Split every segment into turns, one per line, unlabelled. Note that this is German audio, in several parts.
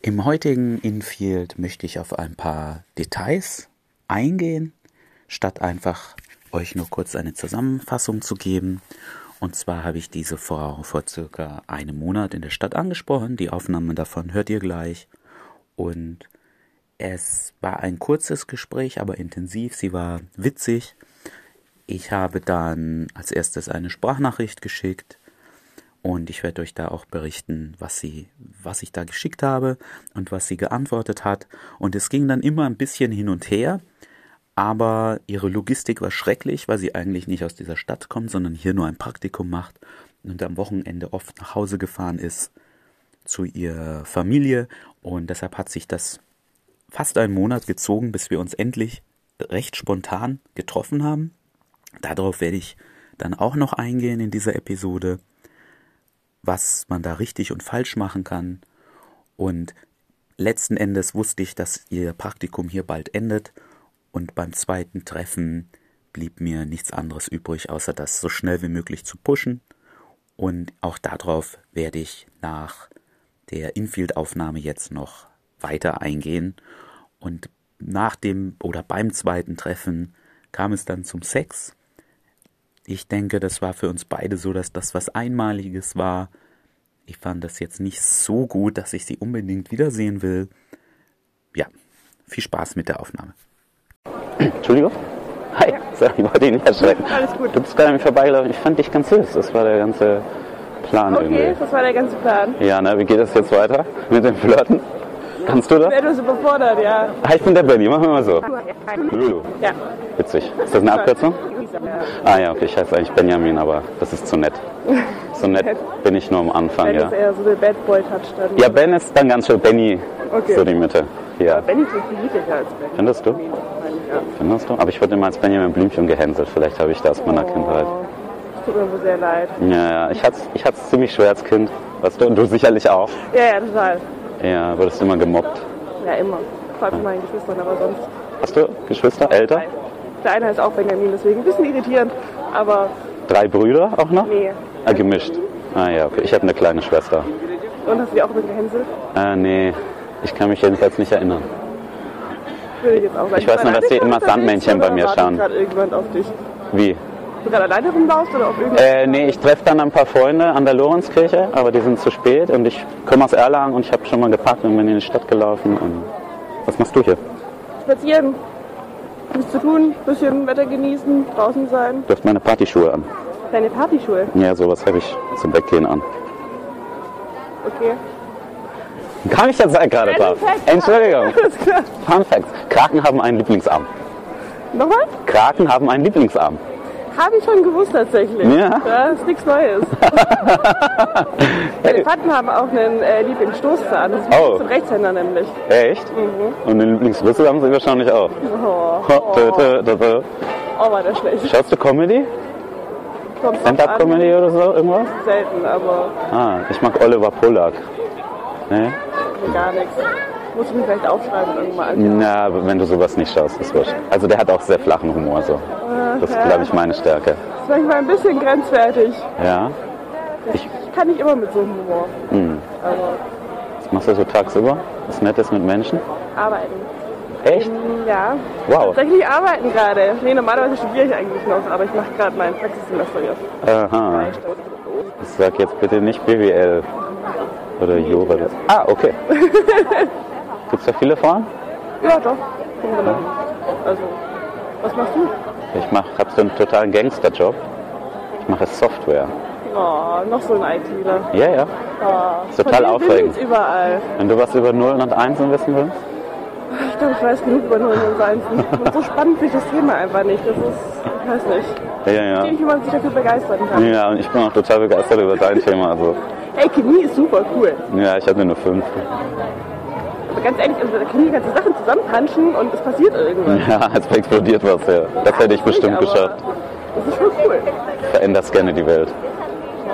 Im heutigen Infield möchte ich auf ein paar Details eingehen, statt einfach euch nur kurz eine Zusammenfassung zu geben. Und zwar habe ich diese Frau vor circa einem Monat in der Stadt angesprochen. Die Aufnahme davon hört ihr gleich. Und es war ein kurzes Gespräch, aber intensiv. Sie war witzig. Ich habe dann als erstes eine Sprachnachricht geschickt und ich werde euch da auch berichten, was sie, was ich da geschickt habe und was sie geantwortet hat. Und es ging dann immer ein bisschen hin und her, aber ihre Logistik war schrecklich, weil sie eigentlich nicht aus dieser Stadt kommt, sondern hier nur ein Praktikum macht und am Wochenende oft nach Hause gefahren ist zu ihrer Familie. Und deshalb hat sich das fast einen Monat gezogen, bis wir uns endlich recht spontan getroffen haben. Darauf werde ich dann auch noch eingehen in dieser Episode was man da richtig und falsch machen kann. Und letzten Endes wusste ich, dass ihr Praktikum hier bald endet. Und beim zweiten Treffen blieb mir nichts anderes übrig, außer das so schnell wie möglich zu pushen. Und auch darauf werde ich nach der Infield-Aufnahme jetzt noch weiter eingehen. Und nach dem oder beim zweiten Treffen kam es dann zum Sex. Ich denke, das war für uns beide so, dass das was Einmaliges war. Ich fand das jetzt nicht so gut, dass ich sie unbedingt wiedersehen will. Ja, viel Spaß mit der Aufnahme.
Entschuldigung? Hi, sorry, ich wollte dich nicht erschrecken.
Alles gut.
Du bist gerade an mir vorbeigelaufen. Ich fand dich ganz süß. Das war der ganze Plan
Okay,
irgendwie.
das war der ganze Plan.
Ja, ne, wie geht das jetzt weiter mit dem Flirten? Kannst du das?
Ich werde so überfordert, ja.
Ah, ich bin der Benny, machen wir mal so. Lulu.
Ja.
Witzig. Ist das eine Abkürzung? Ah ja, okay, ich heiße eigentlich Benjamin, aber das ist zu nett. So nett bin ich nur am Anfang,
Wenn
ja.
es eher so eine Bad Boy Touch dann.
Ja, Ben ist dann ganz schön Benny,
Okay.
so die Mitte. Ja,
Benny klingt gemütlicher als Ben.
Findest du?
Ja.
findest du? Aber ich wurde immer als Benjamin Blümchen gehänselt. Vielleicht habe ich das aus meiner Kindheit.
Oh, es tut mir wohl sehr leid.
Ja, ja, ich hatte es ich hatte's ziemlich schwer als Kind. Weißt du, und du sicherlich auch.
Ja, ja, total.
Ja, wurdest immer gemobbt.
Ja, immer. Vor allem mit meinen Geschwistern, aber sonst.
Hast du Geschwister, älter?
Der eine heißt auch Benjamin, deswegen ein bisschen irritierend. Aber
Drei Brüder auch noch?
nee.
Ah, gemischt. Ah ja, okay. Ich habe eine kleine Schwester.
Und hast du die auch mit gehänselt?
Ah, nee. Ich kann mich jedenfalls nicht erinnern.
Würde ich jetzt auch sagen.
Ich weiß
War
nur,
der
dass die
eine
immer
unterwegs
Sandmännchen
oder
bei mir
wartet
schauen.
gerade irgendwann auf dich?
Wie?
Du gerade alleine rumlaufst oder auf irgendwas?
Äh, nee, ich treffe dann ein paar Freunde an der Lorenzkirche, aber die sind zu spät und ich komme aus Erlangen und ich habe schon mal gepackt und bin in die Stadt gelaufen und... Was machst du hier?
Spazieren. Nichts zu tun, bisschen Wetter genießen, draußen sein.
Du hast meine Partyschuhe an.
Deine Partyschuhe,
Ja, sowas habe ich zum Weggehen an.
okay.
Kam ich jetzt gerade drauf? Entschuldigung.
Alles klar.
Fun Facts. Kraken haben einen Lieblingsarm.
Nochmal?
Kraken haben einen Lieblingsarm.
Habe ich schon gewusst tatsächlich.
Ja.
Das ist nichts Neues. Elefanten haben auch einen äh, Lieblingsstoßzahn. Das ist
Oh.
zum Rechtshänder nämlich.
Echt? Und den Lieblingsrüssel haben sie wahrscheinlich auch.
Mhm. Oh,
Ho, tö, tö, tö, tö.
oh war der schlecht.
Schaust du Comedy?
Kommt drauf an.
Stand-up-Comedy oder so? Irgendwas?
Selten, aber
Ah, ich mag Oliver Pollack. Ne?
gar nichts. Muss ich mir vielleicht aufschreiben irgendwann.
Na, aber wenn du sowas nicht schaust, ist wurscht. Also der hat auch sehr flachen Humor so. Das ist, glaube ich, meine Stärke.
Das ist manchmal ein bisschen grenzwertig.
Ja?
Kann ich immer mit so einem Humor. Aber
Was machst du so tagsüber? Was Nettes mit Menschen?
arbeiten.
Echt?
Hm, Ja.
Wow.
Tatsächlich arbeiten gerade. Nee, normalerweise studiere ich eigentlich noch, aber ich mache gerade mein Praxissemester jetzt.
Aha. Ich sag jetzt bitte nicht BWL oder Jura. Das- Ah, okay. Gibt's da viele Frauen?
Ja, doch. Schon genau. Also, was machst du?
Ich mach, hab so einen totalen Gangsterjob. Ich mache Software.
Oh, noch so ein ITler.
Ja, ja.
Oh,
Ist total
von denen
aufregend.
wimmelt's überall.
Wenn du was über Nullen und Einsen wissen willst?
Ich glaube, ich weiß genug über Nullen und Einsen. Und so spannend finde ich das Thema einfach nicht. Das ist, ich weiß nicht.
Ja,
Ich verstehe
ja.
nicht, wie man sich dafür begeistern kann.
Ja, und ich bin auch total begeistert über dein Thema. Also,
Ey, Chemie ist super cool.
ja, ich hatte nur fünf.
Aber ganz ehrlich, also der Chemie ganze Sachen zusammenpanschen und es passiert irgendwas.
Ja, jetzt explodiert was, ja. Das hätte ich bestimmt
Aber
geschafft.
Das ist schon cool.
Veränderst gerne die Welt.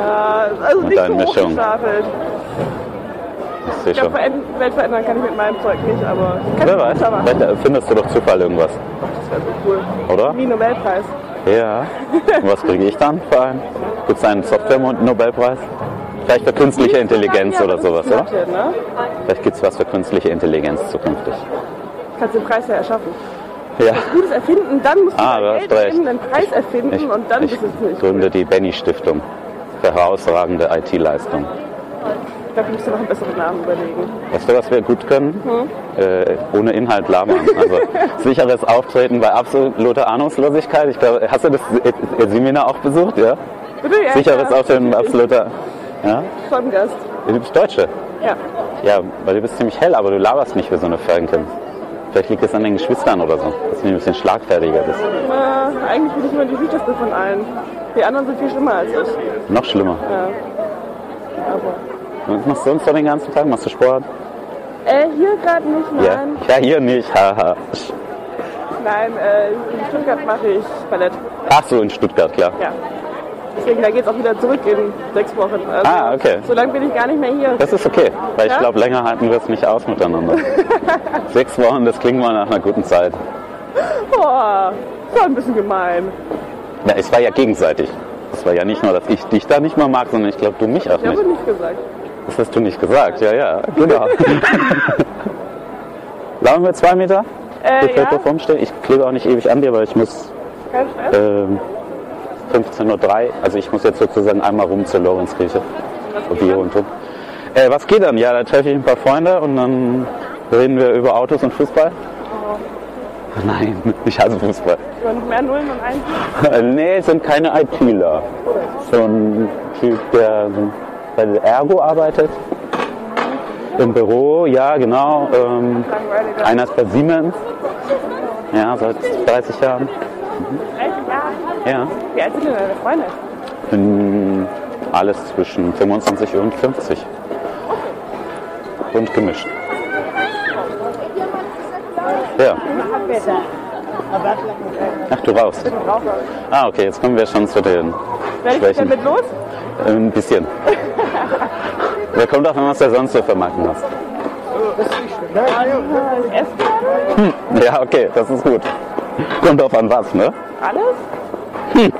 Ja, also
Mit
nicht
deinen
so
Mischungen.
hochgestapelt.
Ich sehe
Ich glaube,
schon.
veränd- Welt verändern kann ich mit meinem Zeug nicht, aber ich kann
Wer
es
weiß,
besser machen.
vielleicht findest du doch Zufall irgendwas,
Das wäre so cool.
oder?
Wie Nobelpreis.
Ja. Und was kriege ich dann vor allem? Gibt es einen Software-Nobelpreis? Vielleicht für künstliche Intelligenz
Ja,
oder
das
sowas,
ist
oder?
Mathe, Ne?
Vielleicht gibt es was für künstliche Intelligenz zukünftig.
Kannst den Preis ja erschaffen.
Ja.
Gutes erfinden, dann musst du
Ah,
dein
du hast
Geld
recht.
nehmen, den Preis erfinden
Ich,
und dann
ich
bist du nicht.
gründe die Benny-Stiftung. Herausragende IT-Leistung.
Da musst du noch einen besseren Namen überlegen.
Weißt du, was wir gut können?
Hm?
Äh, ohne Inhalt labern. Also sicheres Auftreten bei absoluter Ahnungslosigkeit. Ich glaube, hast du das äh, äh, Seminar auch besucht? Ja?
Bitte, ja,
Sicheres Auftreten bei absoluter. Ja?
Schon Gast.
Du bist Deutsche.
Ja.
Ja, weil du bist ziemlich hell, aber du laberst nicht wie so eine Franken. Vielleicht liegt es an den Geschwistern oder so, dass du ein bisschen schlagfertiger bist.
Äh, eigentlich bin ich immer die Südeste von allen. Die anderen sind viel schlimmer als ich.
Noch schlimmer.
Aber.
Was machst du sonst noch den ganzen Tag? Machst du Sport?
Äh, hier gerade nicht,
Ja.
nein.
Ja, hier nicht. Haha.
Nein, äh, in Stuttgart mache ich Ballett.
Ach so, in Stuttgart, klar.
Ja. Deswegen, da geht's auch wieder zurück in sechs Wochen. Also,
Ah, okay.
So lange bin ich gar nicht mehr hier.
Das ist okay, weil ich
Ja?
glaube, länger halten wir es nicht aus miteinander. Sechs Wochen, das klingt mal nach einer guten Zeit.
Boah, das war ein bisschen gemein.
Na, es war ja gegenseitig. Es war ja nicht nur, dass ich dich da nicht mehr mag, sondern ich glaube, du mich auch
Ich habe
nicht.
nicht gesagt.
Das hast du nicht gesagt. Ja, ja, genau. Laufen wir zwei Meter?
Äh,
Ich werde
ja,
da vorne stehen. Ich klebe auch nicht ewig an dir, weil ich muss
kein Stress.
ähm, 15.03 Uhr, also ich muss jetzt sozusagen einmal rum zur Lorenzkirche. Und hier und rum. Äh, was geht dann? Ja, da treffe ich ein paar Freunde und dann reden wir über Autos und Fußball. Nein, ich hasse Fußball. Äh,
Und mehr Nullen und Einsen.
nee, es sind keine ITler. So ein Typ, der bei der Ergo arbeitet. Im Büro, ja genau. Ähm,
Langweiliger.
einer ist bei Siemens. Ja, seit 30 Jahren.
Echt? Ja.
Ja.
Wie alt sind denn deine Freunde?
Mm, Alles zwischen 25 und 50. Und gemischt. Ja. Ach, du rauchst.
Raucher.
Ah, okay, jetzt kommen wir schon zu den
Werde ich dich
Schwächen.
damit los?
Ein bisschen. Wer kommt auf, was der sonst so vermarkten hast?
Äh, Essen gerade?
Ja, okay, das ist gut. Kommt auf an was, ne?
Alles?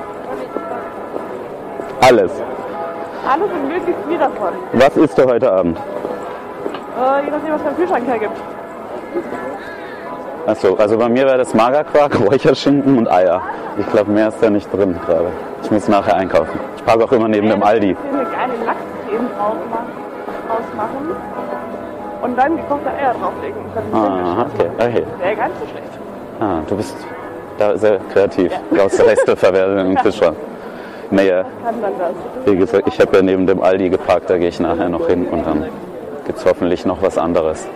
Alles.
Alles und möglichst viel davon.
Was isst du heute Abend?
Äh, je nachdem, was mein Kühlschrank hergibt.
Achso, also bei mir wäre das Magerquark, Räucherschinken und Eier. Ich glaube, mehr ist da nicht drin gerade. Ich muss nachher einkaufen. Ich parke auch immer neben dem Aldi.
Ich will eine geile Lachscreme drauf machen, ausmachen und dann gekochte Eier drauflegen. Das ist
Ah, okay, okay.
Wäre gar nicht so schlecht.
Ah, du bist da sehr kreativ. Du hast Reste verwertet im Kühlschrank. Naja,
Kann dann das.
wie gesagt, ich habe ja neben dem Aldi geparkt, da gehe ich nachher noch hin und dann gibt es hoffentlich noch was anderes.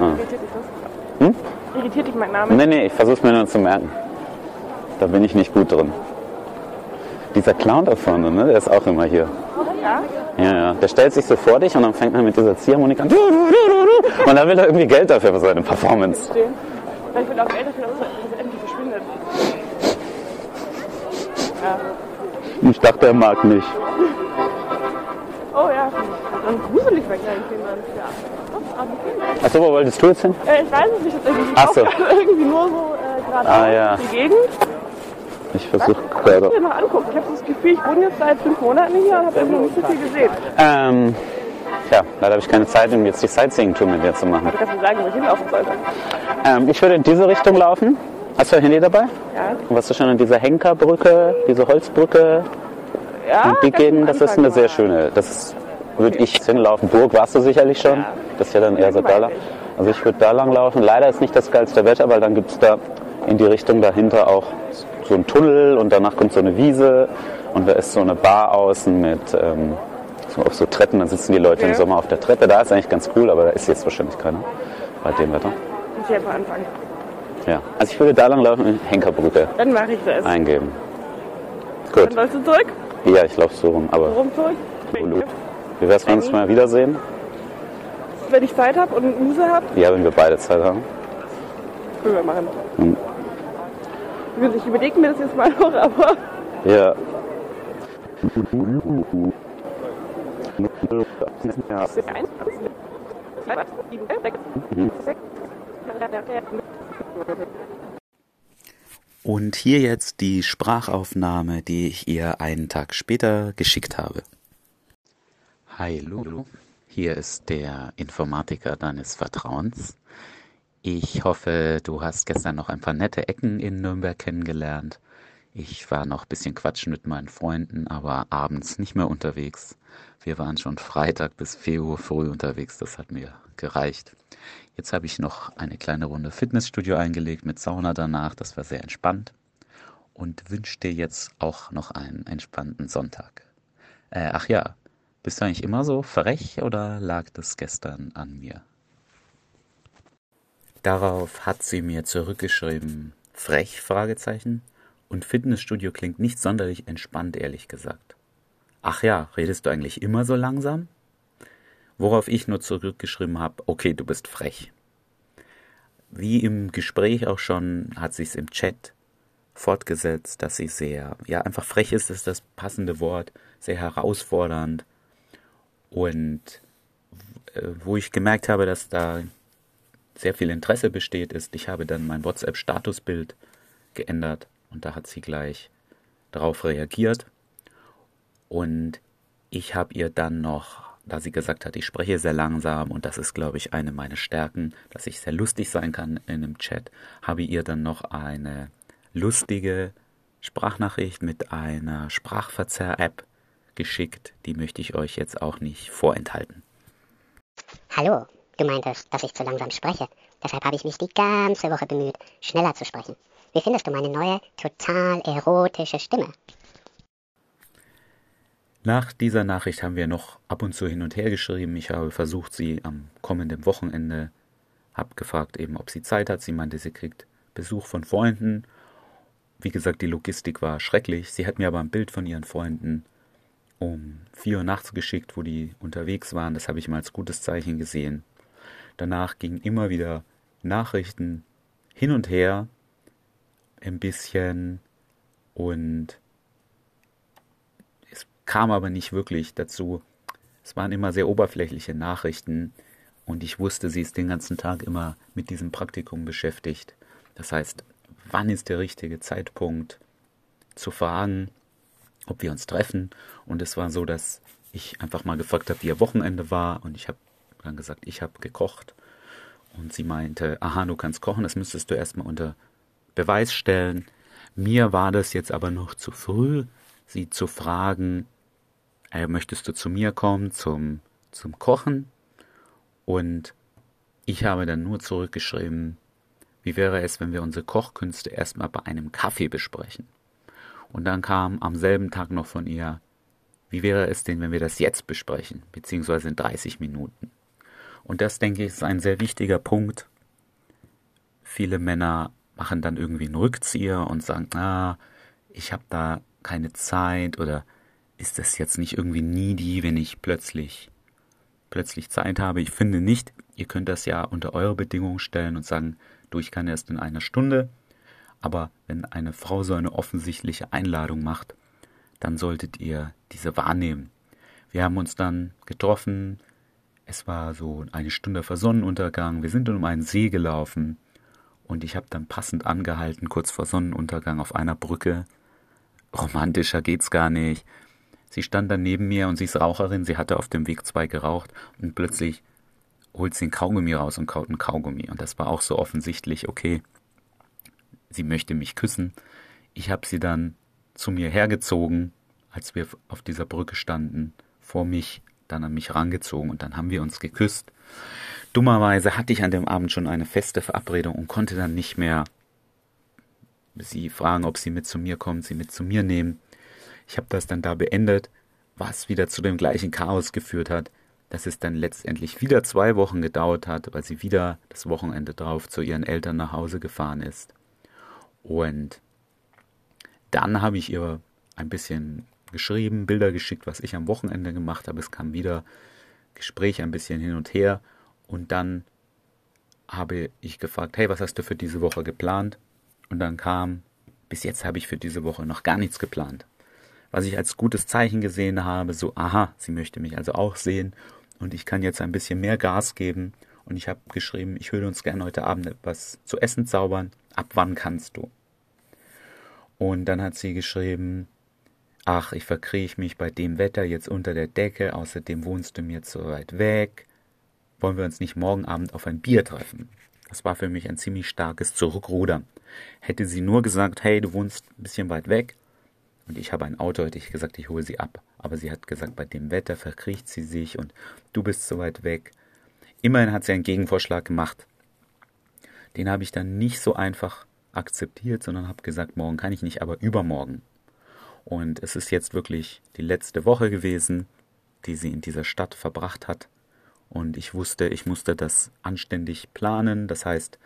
Ja. Irritiert dich das? Hm? Irritiert dich mein Name?
Ah. Nee, nee, ich versuche es mir nur zu merken. Da bin ich nicht gut drin. Dieser Clown da vorne, ne, der ist auch immer hier.
Ja?
Ja, ja. Der stellt sich so vor dich und dann fängt man mit dieser Ziehharmonika an. Und dann will er irgendwie Geld dafür für seine Performance.
Stehen. Vielleicht wird auch älter, dass das endlich verschwindet.
Ich dachte, er mag mich.
Oh ja. Und gruselig bei kleinen Kindern. Ja. Doch, aber Kinder.
Achso, wo wolltest du jetzt hin?
Äh, ich weiß es nicht tatsächlich. Ich
Ach so.
laufe gerade irgendwie nur so äh, gerade
Ah, ja.
durch die Gegend.
Ich versuche gerade.
Ich mir noch angucken. Ich habe das Gefühl, ich wohne jetzt seit fünf Monaten hier und habe irgendwie nicht so viel gesehen.
Ähm, ja, leider habe ich keine Zeit, um jetzt die Sightseeing-Tour mit dir zu machen.
Du kannst mir sagen, wo ich hinlaufen sollte.
Ähm, ich würde in diese Richtung laufen. Hast du ein Handy dabei?
Ja.
Und warst du schon an dieser Henkerbrücke, diese Holzbrücke?
Ja,
Die
ganz am
Gegend, das ist
Anfang
eine sehr
mal.
schöne. Das ist- würde ich hinlaufen. Burg warst du sicherlich schon. Das ist ja dann eher so da lang.
Langweilig.
Also ich würde da lang laufen. Leider ist nicht das geilste Wetter, weil dann gibt es da in die Richtung dahinter auch so einen Tunnel und danach kommt so eine Wiese und da ist so eine Bar außen mit ähm, so auf so Treppen. Dann sitzen die Leute im
Ja.
Sommer auf der Treppe. Da ist eigentlich ganz cool, aber da ist jetzt wahrscheinlich keiner bei dem Wetter.
Muss ich einfach anfangen.
Ja. Also ich würde da lang laufen und Henkerbrücke
Dann mache ich das.
eingeben.
Dann
Gut.
läufst du zurück,
Ja, ich laufe so rum, aber
rum zurück.
Volut. Wie wär's, wenn wir uns mal wiedersehen?
Wenn ich Zeit habe und Muse habe,
Ja, wenn wir beide Zeit haben.
können wir machen.
Hm.
Gut, Ich überlege mir das jetzt mal noch, aber
Ja.
Und hier jetzt die Sprachaufnahme, die ich ihr einen Tag später geschickt habe. Hi Lulu, hier ist der Informatiker deines Vertrauens. Ich hoffe, du hast gestern noch ein paar nette Ecken in Nürnberg kennengelernt. Ich war noch ein bisschen quatschen mit meinen Freunden, aber abends nicht mehr unterwegs. Wir waren schon Freitag bis 4 Uhr früh unterwegs, das hat mir gereicht. Jetzt habe ich noch eine kleine Runde Fitnessstudio eingelegt mit Sauna danach, das war sehr entspannt. Und wünsche dir jetzt auch noch einen entspannten Sonntag. Äh, ach ja, bist du eigentlich immer so frech oder lag das gestern an mir? Darauf hat sie mir zurückgeschrieben, frech? Fragezeichen. Und Fitnessstudio klingt nicht sonderlich entspannt, ehrlich gesagt. Ach ja, redest du eigentlich immer so langsam? Worauf ich nur zurückgeschrieben habe, okay, du bist frech. Wie im Gespräch auch schon, hat sich's im Chat fortgesetzt, dass sie sehr, ja, einfach frech ist, ist das passende Wort, sehr herausfordernd. Und äh, wo ich gemerkt habe, dass da sehr viel Interesse besteht, ist, ich habe dann mein WhatsApp-Statusbild geändert und da hat sie gleich darauf reagiert. Und ich habe ihr dann noch, da sie gesagt hat, ich spreche sehr langsam und das ist, glaube ich, eine meiner Stärken, dass ich sehr lustig sein kann in einem Chat, habe ihr dann noch eine lustige Sprachnachricht mit einer Sprachverzerr-App geschickt. Die möchte ich euch jetzt auch nicht vorenthalten.
Hallo, du meintest, dass ich zu langsam spreche. Deshalb habe ich mich die ganze Woche bemüht, schneller zu sprechen. Wie findest du meine neue, total erotische Stimme?
Nach dieser Nachricht haben wir noch ab und zu hin und her geschrieben. Ich habe versucht, sie am kommenden Wochenende abgefragt, eben ob sie Zeit hat. Sie meinte, sie kriegt Besuch von Freunden. Wie gesagt, die Logistik war schrecklich. Sie hat mir aber ein Bild von ihren Freunden um 4 Uhr nachts geschickt, wo die unterwegs waren. Das habe ich mal als gutes Zeichen gesehen. Danach gingen immer wieder Nachrichten hin und her, ein bisschen. Und es kam aber nicht wirklich dazu. Es waren immer sehr oberflächliche Nachrichten. Und ich wusste, sie ist den ganzen Tag immer mit diesem Praktikum beschäftigt. Das heißt, wann ist der richtige Zeitpunkt zu fragen, ob wir uns treffen? Und es war so, dass ich einfach mal gefragt habe, wie ihr Wochenende war. Und ich habe dann gesagt, ich habe gekocht. Und sie meinte, aha, du kannst kochen, das müsstest du erstmal unter Beweis stellen. Mir war das jetzt aber noch zu früh, sie zu fragen, äh, möchtest du zu mir kommen zum, zum Kochen? Und ich habe dann nur zurückgeschrieben, wie wäre es, wenn wir unsere Kochkünste erstmal bei einem Kaffee besprechen? Und dann kam am selben Tag noch von ihr, wie wäre es denn, wenn wir das jetzt besprechen, beziehungsweise in 30 Minuten? Und das, denke ich, ist ein sehr wichtiger Punkt. Viele Männer machen dann irgendwie einen Rückzieher und sagen, ah, ich habe da keine Zeit oder ist das jetzt nicht irgendwie needy, wenn ich plötzlich plötzlich Zeit habe. Ich finde nicht, ihr könnt das ja unter eure Bedingungen stellen und sagen, du, ich kann erst in einer Stunde. Aber wenn eine Frau so eine offensichtliche Einladung macht, dann solltet ihr diese wahrnehmen. Wir haben uns dann getroffen. Es war so eine Stunde vor Sonnenuntergang. Wir sind um einen See gelaufen und ich habe dann passend angehalten, kurz vor Sonnenuntergang auf einer Brücke. Romantischer geht's gar nicht. Sie stand dann neben mir und sie ist Raucherin, sie hatte auf dem Weg zwei geraucht und plötzlich holt sie ein Kaugummi raus und kaut ein Kaugummi. Und das war auch so offensichtlich, okay, sie möchte mich küssen. Ich habe sie dann zu mir hergezogen, als wir auf dieser Brücke standen, vor mich, dann an mich rangezogen und dann haben wir uns geküsst. Dummerweise hatte ich an dem Abend schon eine feste Verabredung und konnte dann nicht mehr sie fragen, ob sie mit zu mir kommt, sie mit zu mir nehmen. Ich habe das dann da beendet, was wieder zu dem gleichen Chaos geführt hat, dass es dann letztendlich wieder zwei Wochen gedauert hat, weil sie wieder das Wochenende drauf zu ihren Eltern nach Hause gefahren ist. Und dann habe ich ihr ein bisschen geschrieben, Bilder geschickt, was ich am Wochenende gemacht habe. Es kam wieder Gespräch ein bisschen hin und her. Und dann habe ich gefragt, hey, was hast du für diese Woche geplant? Und dann kam, bis jetzt habe ich für diese Woche noch gar nichts geplant was ich als gutes Zeichen gesehen habe, so, aha, sie möchte mich also auch sehen und ich kann jetzt ein bisschen mehr Gas geben. Und ich habe geschrieben, ich würde uns gerne heute Abend etwas zu essen zaubern. Ab wann kannst du? Und dann hat sie geschrieben, ach, ich verkrieche mich bei dem Wetter jetzt unter der Decke, außerdem wohnst du mir zu weit weg. Wollen wir uns nicht morgen Abend auf ein Bier treffen? Das war für mich ein ziemlich starkes Zurückrudern. Hätte sie nur gesagt, hey, du wohnst ein bisschen weit weg und ich habe ein Auto, hätte ich gesagt, ich hole sie ab. Aber sie hat gesagt, bei dem Wetter verkriecht sie sich und du bist so weit weg. Immerhin hat sie einen Gegenvorschlag gemacht. Den habe ich dann nicht so einfach akzeptiert, sondern habe gesagt, morgen kann ich nicht, aber übermorgen. Und es ist jetzt wirklich die letzte Woche gewesen, die sie in dieser Stadt verbracht hat. Und ich wusste, ich musste das anständig planen. Das heißt,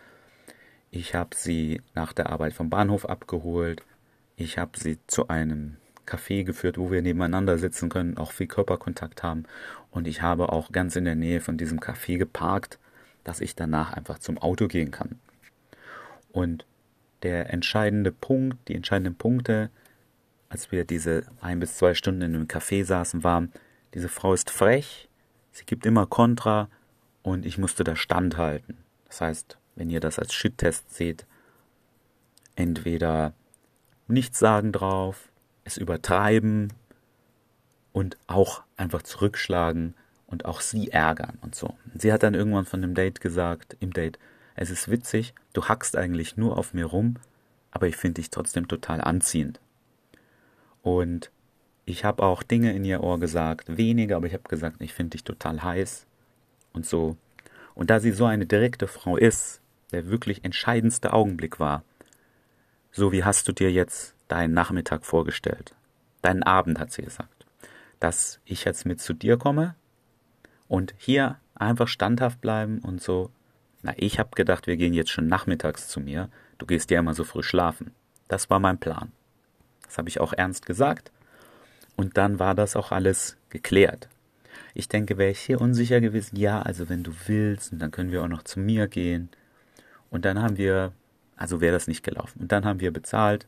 ich habe sie nach der Arbeit vom Bahnhof abgeholt. Ich habe sie zu einem Café geführt, wo wir nebeneinander sitzen können, auch viel Körperkontakt haben. Und ich habe auch ganz in der Nähe von diesem Café geparkt, dass ich danach einfach zum Auto gehen kann. Und der entscheidende Punkt, die entscheidenden Punkte, als wir diese ein bis zwei Stunden in einem Café saßen, waren, diese Frau ist frech, sie gibt immer Kontra und ich musste da standhalten. Das heißt, wenn ihr das als Shit-Test seht, entweder nichts sagen drauf, es übertreiben und auch einfach zurückschlagen und auch sie ärgern und so. Sie hat dann irgendwann von dem Date gesagt, im Date, es ist witzig, du hackst eigentlich nur auf mir rum, aber ich finde dich trotzdem total anziehend. Und ich habe auch Dinge in ihr Ohr gesagt, weniger, aber ich habe gesagt, ich finde dich total heiß und so. Und da sie so eine direkte Frau ist, der wirklich entscheidendste Augenblick war, so wie hast du dir jetzt deinen Nachmittag vorgestellt? Deinen Abend, hat sie gesagt. Dass ich jetzt mit zu dir komme und hier einfach standhaft bleiben und so. Na, ich hab gedacht, wir gehen jetzt schon nachmittags zu mir. Du gehst ja immer so früh schlafen. Das war mein Plan. Das habe ich auch ernst gesagt. Und dann war das auch alles geklärt. Ich denke, wäre ich hier unsicher gewesen, ja, also wenn du willst, und dann können wir auch noch zu mir gehen. Und dann haben wir also wäre das nicht gelaufen. Und dann haben wir bezahlt.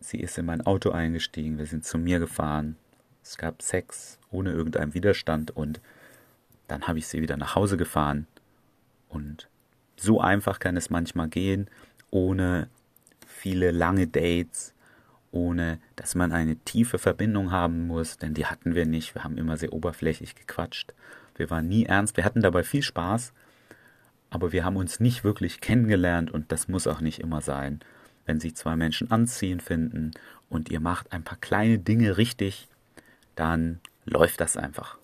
Sie ist in mein Auto eingestiegen. Wir sind zu mir gefahren. Es gab Sex ohne irgendeinen Widerstand. Und dann habe ich sie wieder nach Hause gefahren. Und so einfach kann es manchmal gehen, ohne viele lange Dates, ohne dass man eine tiefe Verbindung haben muss. Denn die hatten wir nicht. Wir haben immer sehr oberflächlich gequatscht. Wir waren nie ernst. Wir hatten dabei viel Spaß aber wir haben uns nicht wirklich kennengelernt und das muss auch nicht immer sein. Wenn sich zwei Menschen anziehen finden und ihr macht ein paar kleine Dinge richtig, dann läuft das einfach.